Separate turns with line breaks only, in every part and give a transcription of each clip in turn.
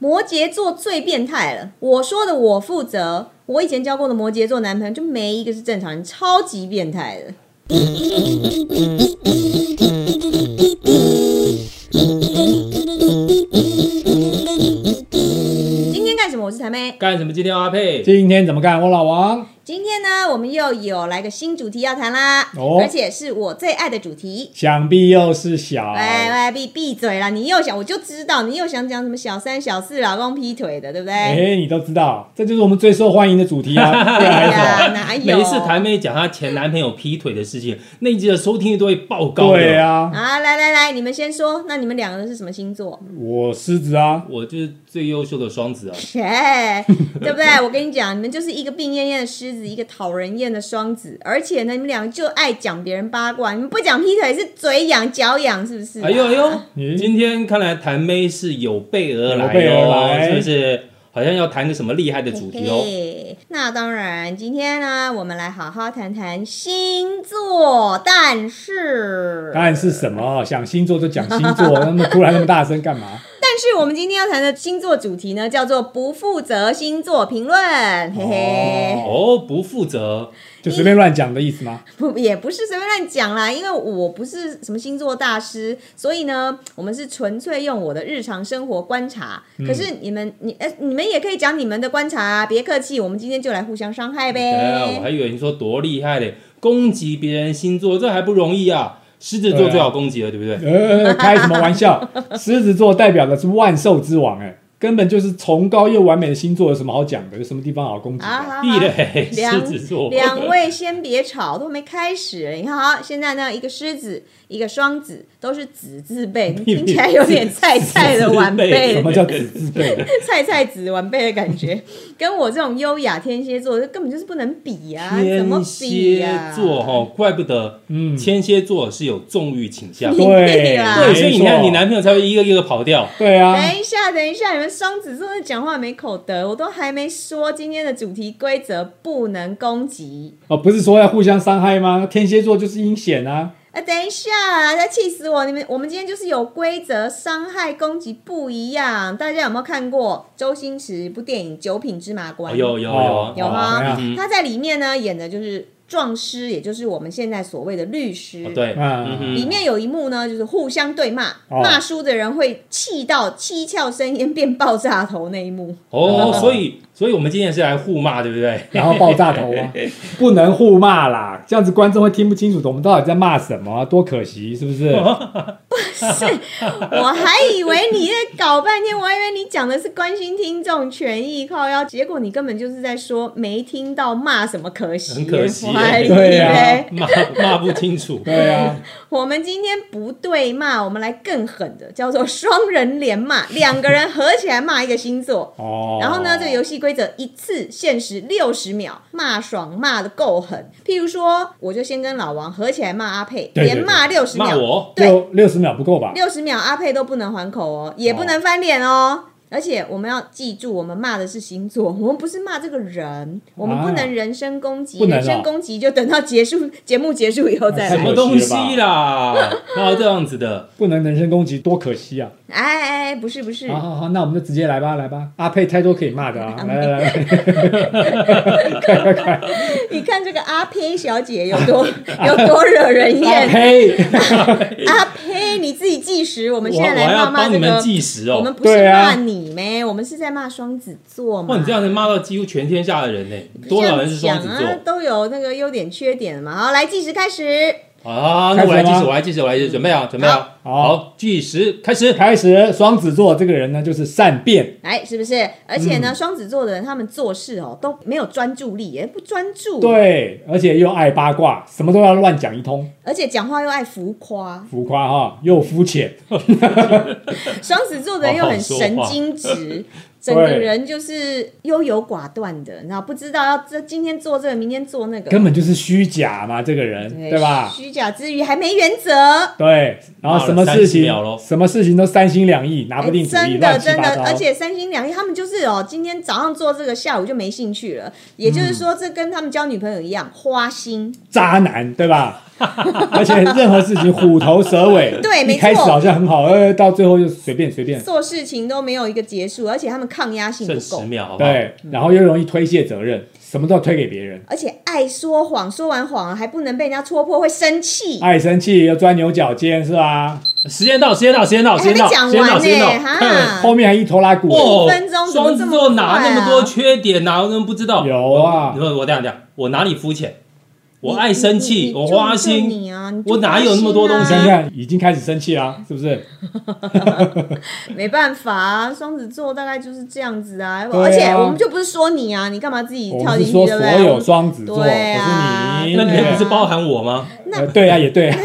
摩羯座最变态了。我说的我负责，我以前交过的摩羯座男朋友就没一个是正常人，超级变态的。今天干什么？我是台妹。
干什么？今天阿佩
今天怎么干？我老王，
今天呢，我们又有来个新主题要谈啦，
哦
而且是我最爱的主题。
想必又是小
喂喂，闭闭嘴啦！你又想，我就知道你又想讲什么小三、小四、老公劈腿的，对不对？
哎、你都知道，这就是我们最受欢迎的主题 啊！
哎
不
对
然还有什么
哎呀，哪有？啊
每一次台妹讲她前男朋友劈腿的事情，那一集的收听率都会爆高的。
对啊，
啊，来来来，你们先说，那你们两个人是什么星座？
我狮子啊，
我就是最优秀的双子啊！
切，对不对？我跟你讲，你们就是一个病恹恹的狮子，一个讨人厌的双子，而且呢，你们两个就爱讲别人八卦，你们不讲劈腿是嘴痒脚痒，是不是、
哎呦哎呦，
你
今天看来台妹是有备而来
有备而
哦，
来
是不是？好像要谈个什么厉害的主题哦。
嘿嘿那当然，今天呢，我们来好好谈谈星座，但是
哎
当然是什么？想星座就讲星 座，那么突然那么大声干嘛？
但是我们今天要谈的星座主题呢，叫做不负责星座评论，嘿嘿，
哦，不负责，
就随便乱讲的意思吗？
不也不是随便乱讲啦，因为我不是什么星座大师，所以呢，我们是纯粹用我的日常生活观察。可是你们，你呃，你们也可以讲你们的观察、啊，别客气，我们今天就来互相伤害
哎，我
呗。
还以为你说多厉害嘞，攻击别人星座这还不容易啊！狮子座
对啊
最好攻击了，对不对？
呃，开什么玩 笑？狮子座代表的是万兽之王、哎，根本就是崇高又完美的星座，有什么好讲的？有什么地方好攻击的？
啊，好
屁
好
嘞， 狮
两
子座，
两位先别吵，都没开始。你看，好，现在呢，一个狮子，一个双子，都是子字辈，听起来有点菜菜的晚辈
什，么叫子字辈？
菜菜子晚辈的感 觉，跟我这种优雅天蝎座，这根本就是不能比呀、啊怎么
天
比啊
蝎
呀、
座哈，怪不得
嗯，
天蝎座是有纵欲倾向
嗯，对
对
啦哎
对，所以你看
没错
你男朋友才会一个一个跑掉。
对啊，
等一下，等一下，你们双子座的讲话没口德，我都还没说今天的主题规则不能攻击。
哦，不是说要互相伤害吗？天蝎座就是阴险啊，
啊，等一下啊，要气死我！你们，我们今天就是有规则，伤害攻击不一样。大家有没有看过周星驰一部电影《九品芝麻官》？
哦有有
哦
有
有吗
怎么样
嗯
他在里面呢演的就是壮师，也就是我们现在所谓的律师。
哦对，
嗯
嗯哼
里面有一幕呢，就是互相对骂，
哦
骂输的人会气到七窍生烟变爆炸头那一幕。
哦，所以所以我们今天是来互骂，对不对？
然后爆炸头啊，不能互骂啦，这样子观众会听不清楚我们到底在骂什么啊、多可惜，是不是？
我还以为你在搞半天，我还以为你讲的是关心听众权益靠腰，结果你根本就是在说没听到骂什么可惜，
很可惜
我还以
对
为、
啊
骂骂不清楚，
对啊，
我们今天不对骂，我们来更狠的，叫做双人连骂，两个人合起来骂一个星座。
哦，
然后呢，这个游戏规则一次限时六十秒，骂爽骂的够狠。譬如说，我就先跟老王合起来骂阿佩，
对对对
连骂六十
骂
秒，
我
对，
六六十秒不够吧？
六十秒阿佩都不能还口哦，也不能翻脸哦。而且我们要记住，我们骂的是星座，我们不是骂这个人，我们不能人身攻
啊
击，
不能哦
人身攻击就等到结束节目结束以后再
太
什
来
可惜
么。
了
东西 啦？然后这样子的，
不能人身攻击，多可惜啊！
哎哎哎，不是不是，
啊
好好好，那我们就直接来吧，来吧。阿佩太多可以骂的啊，来来 来，
你看这个阿佩小姐有多有多惹人
阿
厌。
佩，
阿呸！你自己计时，我们
我
现在
我还
来骂
要
骂
帮
这
你们
个。
计时
我
哦
们。不是
对啊
骂你咩，我们是在骂双子座嘛。
哇，你这样子骂到几乎全天下的人呢，多少人是双子
这样讲啊
座？
都有那个优点缺点嘛。好，来计时开始。
啊？那我来
开始
计
了吗
时，我来计时，我来计时，准备啊，准备啊，
好
好，计时开始。
开始。双子座这个人呢，就是善变，
来，哎是不是？而且
嗯
呢，双子座的人他们做事哦都没有专注力，也不专注，，
对，而且又爱八卦，什么都要乱讲一通，
而且讲话又爱浮夸。
浮夸哈，又肤浅。
双子座的人又很神经质， 整个
对
人就是优柔寡断的，然后不知道要这今天做这个，明天做那个，哎
根本就是虚假嘛，这个人对吧？
虚假之余还没原则。
对，然后什么事情
闹了30秒咯
什么事情都三心两意，拿不定主意，
真的
乱七
哎真
八
的，
糟。
而且三心两意，他们就是哦，今天早上做这个，下午就没兴趣了。也就是说，这跟他们交女朋友一样，花心。
渣男对吧？ 而且任何事情虎头蛇尾，
对没
一
错
开始好像很好，呃，到最后就随便随便，
做事情都没有一个结束，而且他们抗压性
剩
不
十
够，
秒好不好？
对，然后又容易推卸责任，什么都要推给别人，
而且爱说谎，说完谎还不能被人家戳破，会生气。
爱生气又钻牛角尖是吧？
时间到，时间到，时间到，
哎
时
还
间
没
到，
讲
时间到，
完
时
呢、
间到。
哈！
后面还一拖拉鼓，
哦
一分钟怎么
双
这
子
么
座哪
快啊
那么多缺点，哪有那么不知道？
有啊
你，说我这样讲，我哪里肤浅？我
你
爱生气，
你
我花
就
心。
你啊，你就
我哪有那么多东
花
西
心
想
啊
想看已经开始生气啦，是不是？
没办法啊，双子座大概就是这样子啊。
对啊
而且我们就不是说你啊，你干嘛自己
我
跳
们
进
是
去，
说
对不
所
对？
有双子座，
对啊
我是你，
那你们
对
不是包含我吗？
呃对啊，也 对啊，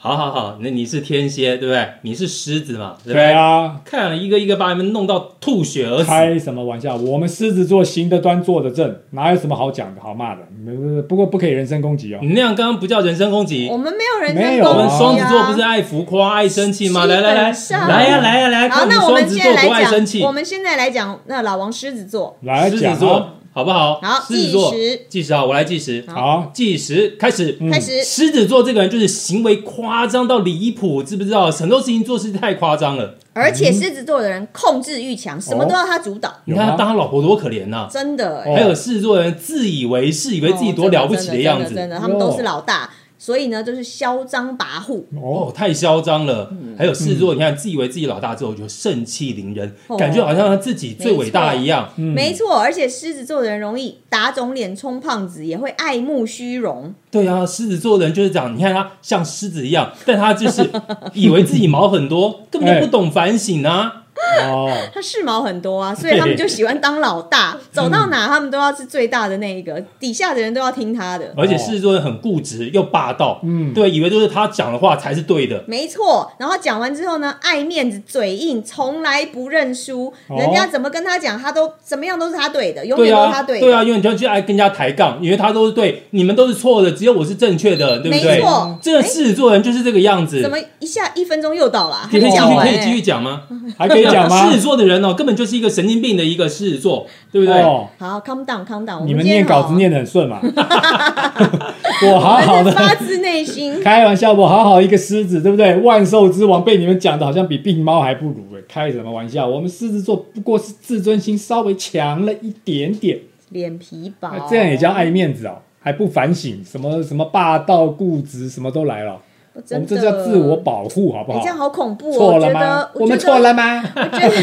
好好好，那你是天蝎对不对？你是狮子嘛对不
对
对？
啊，
看了一个一个把你们弄到吐血而死。
开什么玩笑？我们狮子座行得端，坐得正，哪有什么好讲的、好骂的？你们不过不可以人身攻击哦。
你那样刚刚不叫人身攻击
我。们没有人
没
身
有
攻
我
击、啊、
们双子座不是爱浮夸、爱生气吗？
基
来
本
来来，
上
来呀来呀来呀，
好，
看
那
们双
们
子
现
座
在
多爱
来
生气
讲，我。们现在来讲那老王狮子座，
来
狮
讲
子
啊，
座好不好？
好
狮子座
计时，
计时啊，我来计时，
好
好，
计时开始。
开始
狮子座这个人就是行为夸张到离谱，知不知道？很多事情做事太夸张了。
而且狮子座的人控制欲强，什么都要他主导，
你
有
看他
吗？
当他老婆多可怜呐、
真的、欸
哦
还有狮子座的人自以为是，以为自己多了不起
哦的
样
真的真
子，
的他们都是老大，所以呢，就是嚣张跋扈。
哦，
哦，太嚣张了。
嗯
还有狮子
嗯
座，你看自以为自己老大之后，就盛气凌人，
哦
感觉好像他自己最伟大一样。
嗯
没错，而且狮子座的人容易打肿脸充胖子，也会爱慕虚荣。
对啊，狮子座的人就是这样，你看他像狮子一样，但他就是 以为自己毛很多，根
哎
本就不懂反省啊。
哦，
他是毛很多啊，所以他们就喜欢当老 大，走到哪他们都要是最大的那一个，底下的人都要听他的。
而且狮子座人很固执又霸道，
哦
嗯，
对，以为都是他讲的话才是对的。
没错，然后讲完之后呢，爱面子，嘴硬，从来不认输，
哦
人家怎么跟他讲，他都怎么样都是他对的，永
对
远都
啊
是他，对的。
对啊，因为你就去爱跟人家抬杠，因为他都是对，你们都是错的，只有我是正确的，对不
没
对？
错，
这个狮子座人就是这个样子。
怎么一下一分钟又到了，
你
还
可
没
以继
讲
续，
完、
可以继
欸？
续 讲吗？
还可以讲
嗯
吗
狮？子座的人哦，根本就是一个神经病的一个狮子座，对不对？
哦，
好，calm down，calm down，我
你们
今天
念稿子
哦
念得很顺嘛？我好好
我们是
的，
发自内心。
开玩笑，我好好一个狮子，对不对？万兽之王被你们讲的好像比病猫还不如哎，开什么玩笑？我们狮子座不过是自尊心稍微强了一点点，
脸皮
呃
薄，
这样也叫爱面子哦，还不反省，什么什么霸道、固执，什么都来了。
我
我
真
们
的
这叫自我保护，好不
哎
好
这？样好恐怖哦！
错
我觉
了吗
得，？
我们错，了吗？。
我觉得，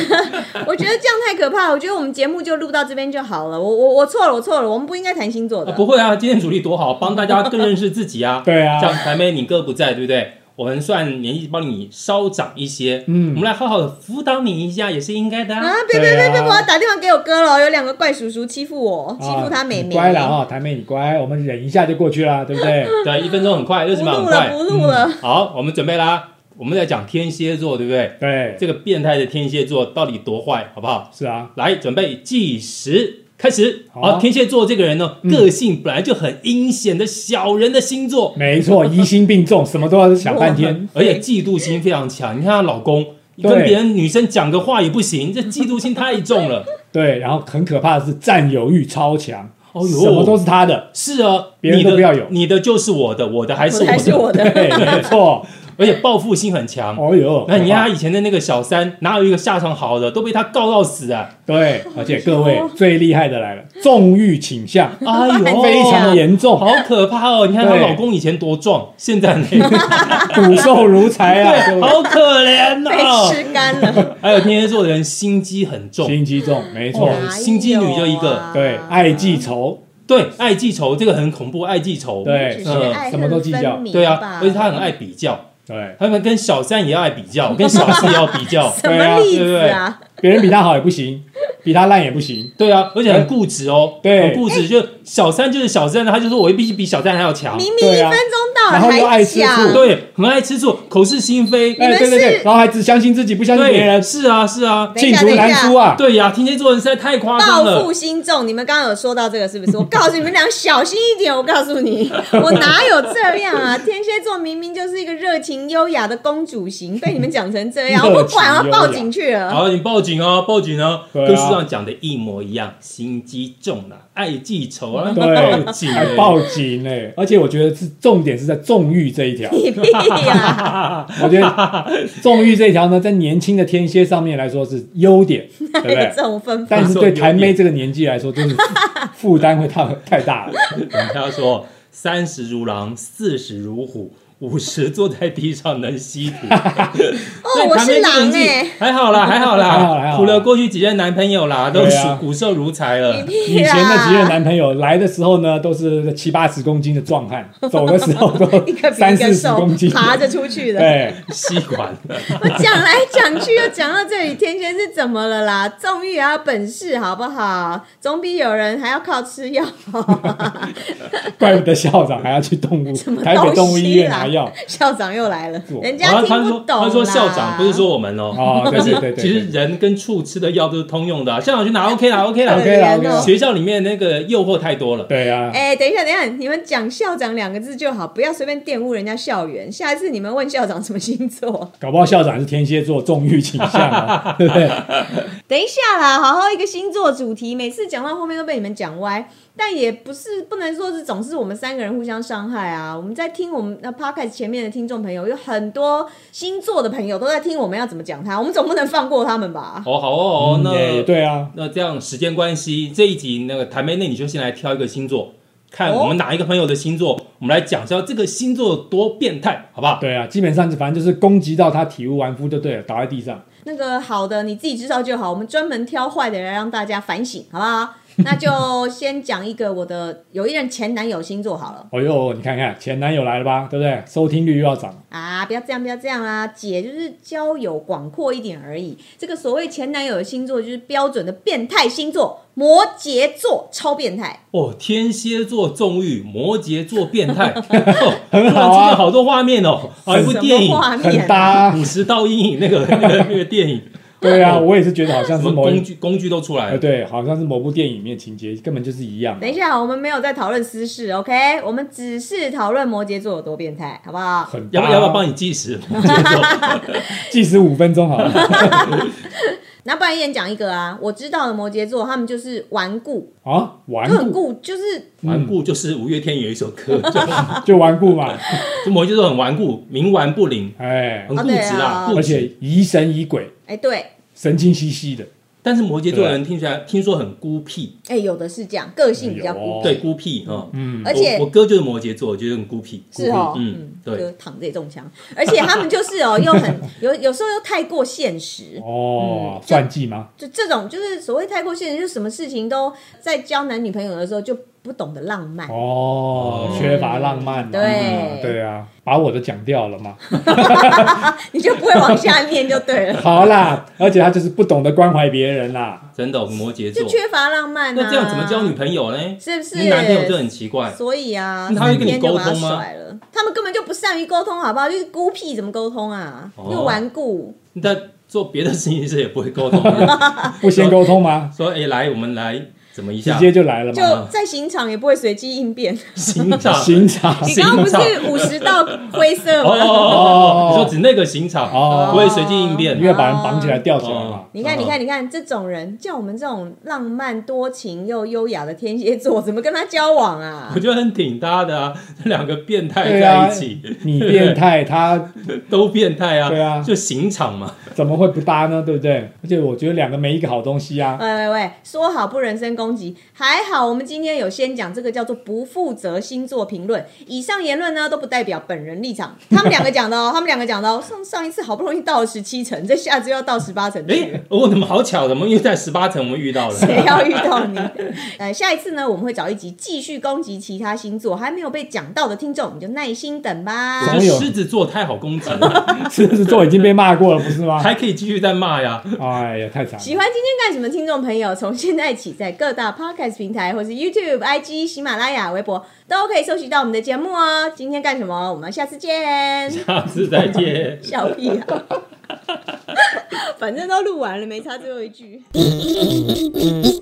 我觉得这样太可怕了。我觉得我们节目就录到这边就好了。我我我错了，我错了，我们不应该谈星座
啊
的。
不会啊，今天主题多好，帮大家更认识自己啊
对啊
像台妹你哥不在，对不对？我们算年纪帮你稍长一些，
嗯
我们来好好的辅导你一下，也是应该的啊。
啊！别别
对
别
啊
别！我要打电话给我哥了，有两个怪叔叔欺负我，欺负他妹
啊你
妹。
乖了啊、台妹你乖，我们忍一下就过去了，对不 对？
对，一分钟很快，
不
六十秒很
录了，
快。
不录了。
好，我们准备啦。我们在讲天蝎座，对不对？
对，
这个变态的天蝎座到底多坏，好不好？
是啊，
来，准备计时开始。
好啊
好，天蝎座这个人呢，
嗯
个性本来就很阴险的小人的星座，
没错，疑心病重，什么都要想 半天。
而且嫉妒心非常强。你看她老公
对
跟别人女生讲个话也不行，这嫉妒心太重了。
对，然后很可怕的是占有欲超强，
哦呦
什么都是他 的，
是啊，
别人
你
都
的
不要有
你的就是我的，我的还
嗯
是我
还是
的，
我的，
对，没错。
而且报复心很强。
哦呦，
那你看他
呀，
以前的那个小三，哪有一个下场好的？都被他告到 死啊！
对，而且各
哎
位最厉害的来了，纵欲倾向
哎
哦
呦，
非常的严重，
好可怕哦！你看她
对
老公以前多壮，现在 呢？
骨瘦如柴啊，
对，
各位
好可怜
被
哦。
吃干了。
还有天蝎座的人心机很重，
心机重，没错，
哦心机女就一个
哪有啊
对，爱记仇，
对，爱记仇，这个很恐怖，爱记仇。
对
只是
嗯
爱
什么
恨
都计
分
较
明
对啊
吧，
而且他很爱比较，
对，
他们跟小三也要爱比较，跟小四也要
。
比较
什
对
么
啊
例
对不
子
对
啊？
别人比他好也不行，比他烂也不行，
对啊，而且很固执哦，
对
很固执，就小三就是小三，他就说我必须比小三还要强，
明明一
对啊
分钟到了
然后又
还
爱吃
讲，
醋
对，很爱吃醋，口是心非，
们
哎，对对对
是，
然后还只相信自己，不相信别
对，
人，
是啊是啊，
等一
罄
下
竹难书啊！
对呀、天蝎座人实在太夸张
报
了
复。心重，你们刚刚有说到这个是不是？我告诉你们俩，小心一点！我告诉你， 我哪有这样啊？天蝎座明明就是一个热情优雅的公主型，被你们讲成这样，
热情
我不管，我要报
优雅
警去了。，
好，你报警哦，报警哦，
对啊
跟书上讲的一模一样，心机重了，爱记仇啊，
对
报警
还哎报警嘞、而且我觉得是重点是在纵欲这一条
你屁呀、
我觉得纵欲这一条呢，在年轻的天蝎上面来说是优点，对不对
这？种分法
但是对台妹这个年纪来说，就是负负担会太太大了。
人家说三十如狼，四十如虎。五十坐在地上能吸土，
哦，我是狼哎、
哎，还好 啦，还好
还好还
啦，
好
除了过去几任男朋友啦，都
对啊
骨瘦如柴了
你。屁啊
以前的几任
啦！
男朋友来的时候呢，都是七八十公斤的 壮汉，走的时候
一
都
个比
三
一
四
个
十
瘦
公斤，，
爬着出去的。
对，
吸管，
我讲来讲去，又讲到这里，天蝎是怎么了啦？纵欲也要本事，好不好？总比有人还要靠吃药 好。
怪不得校长还要去动物
么
台北动物医
东西
院
啦啊
拿药。
校长又来了，人
然
家
后
听
他
不
说
懂啦
他说校长不是说我们哦，
哦，对
但是
对对对，
其实人跟畜吃的药都是通用的啊、校长去拿 OK 啦，OK
可
啦。
OK 啦
怜哦
OK 啦
学校里面那个诱惑太多了，
对啊，
哎、等一下，等一下，你们讲“校长”两个字就好，不要随便玷污人家校园。下一次你们问校长什么星座，
搞不好校长是天蝎座，纵欲倾向啊， 对不对？
等一下啦，好好一个星座主题，每次讲到后面都被你们讲歪，但也不是不能说是总是我们三个人互相伤害啊。我们在听我们的 podcast 前面的听众朋友，有很多星座的朋友都在听我们要怎么讲他，我们总不能放过他们吧？
哦好哦，哦
嗯也也
那
对啊，
那这样时间关系，这一集那个台妹，那你就先来挑一个星座，看
哦
我们哪一个朋友的星座，我们来讲一下这个星座有多变态，好不好？
对啊，基本上反正就是攻击到他体无完肤就对了，倒在地上。
那个好的，你自己知道就好。我们专门挑坏的来让大家反省，好不好？那就先讲一个我的有一任前男友星座好了
哦呦，你看看前男友来了吧，对不对？收听率又要涨，
啊！不要这样，不要这样啦、姐就是交友广阔一点而已。这个所谓前男友的星座就是标准的变态星座，摩羯座超变态。
哦，天蝎座纵欲，摩羯座变 态，哦、
很好啊
突然出现好多画面哦，好一部
什
电
么
影
画面、
很
啊？
搭啊。
五十道阴影那个 那个那个电影，
对 啊，我也是觉得好像
什么
是
啊
某
工
一
具工具都出来
呃
了。
对，好像是某部电影里面情节，根本就是一样。
等一下，我们没有在讨论私事，OK？我们只是讨论摩羯座有多变态，好不好？
很搭
要
啊
不要不要帮你计时？摩羯座
计时五分钟 好了？
那不然一人讲一个啊！我知道的摩羯座，他们就是顽固，
啊，顽
就很
固
固，就是
顽固就是五月天有一首歌，就
就顽固嘛，
就摩羯座很顽固，冥顽不灵，
哎，
很固执啦，
哦对啊
固
而
执。
且疑神疑鬼，
哎、对，
神经兮兮的。
但是摩羯座人听起来听说很孤僻，
哎、有的是这样，个性比较
有
孤
啊哦
对孤僻啊。嗯
嗯
而且
我我哥就是摩羯座，我觉得很孤僻。
是哦，
孤僻嗯，
就
对，
躺着也中枪，而且他们就是哦，又很有有时候又太过现实，
哦
嗯，就
算计吗？
就这种就是所谓太过现实，就什么事情都在交男女朋友的时候就不懂得浪漫。
哦，
嗯
缺乏浪漫嘛，
对
嗯对啊，把我的讲掉了嘛。
你就不会往下念就对 了，
好啦，而且他就是不懂得关怀别人啦。
真的摩羯
就
座。
缺乏浪漫、啊。
那这样怎么交女？朋友呢？
是不是？
你男朋友就很奇怪。
所以啊，
那他会跟你
三天就把他
沟通吗
甩了，他们根本就不善于沟通，好不好？就是孤僻，怎么沟通啊？
哦
又顽固，
但做别的事情是也不会沟通的，
不先沟通吗？
说哎来，我们来怎么一
直
下？
接就来了嘛。
就在刑场也不会随机应变。
欣赏
啊刑场
你刚刚不是五十道灰色
哦哦
吗？
哦哦，你说指那个刑场
哦，
不会随机应
因
变
为把人绑起来吊起来嘛
哦。
你看，你看，你看，这种人叫我们这种浪漫、多情又优雅的天蝎座，怎么跟他交往啊
哦 我？觉得很挺搭的啊，这两个变态
对
在
啊
一起，
你变态，他
都变态 啊，
对啊
就刑场嘛，
怎么会不搭呢？对不对？而且我觉得两个没一个好东西啊。
喂喂喂，说好不人身攻击，还好我们今天有先讲这个叫做不负责星座评论。以上言论呢都不代表本人立场，他们两个讲的哦，他们两个讲的哦。上上一次好不容易到了十七层，这下子又要到十八层去了
哎，哦，怎么好巧，怎么又在十八层我们遇到了？
谁要遇到你？呃，下一次呢，我们会找一集继续攻击其他星座还没有被讲到的听众，你就耐心等
我
吧。
觉得狮子座太好攻击了，
狮子座已经被骂过了，不是吗？
还可以继续再骂呀。
哎呀，太惨了。
喜欢今天干什么？听众朋友，从现在起在各大 podcast 平台，或是 YouTube、IG、喜马拉雅、微博，都可以搜集到我们的节目哦。今天干什么？我们下次见。
下次再见。
笑屁啊！反正都录完了，没差最后一句。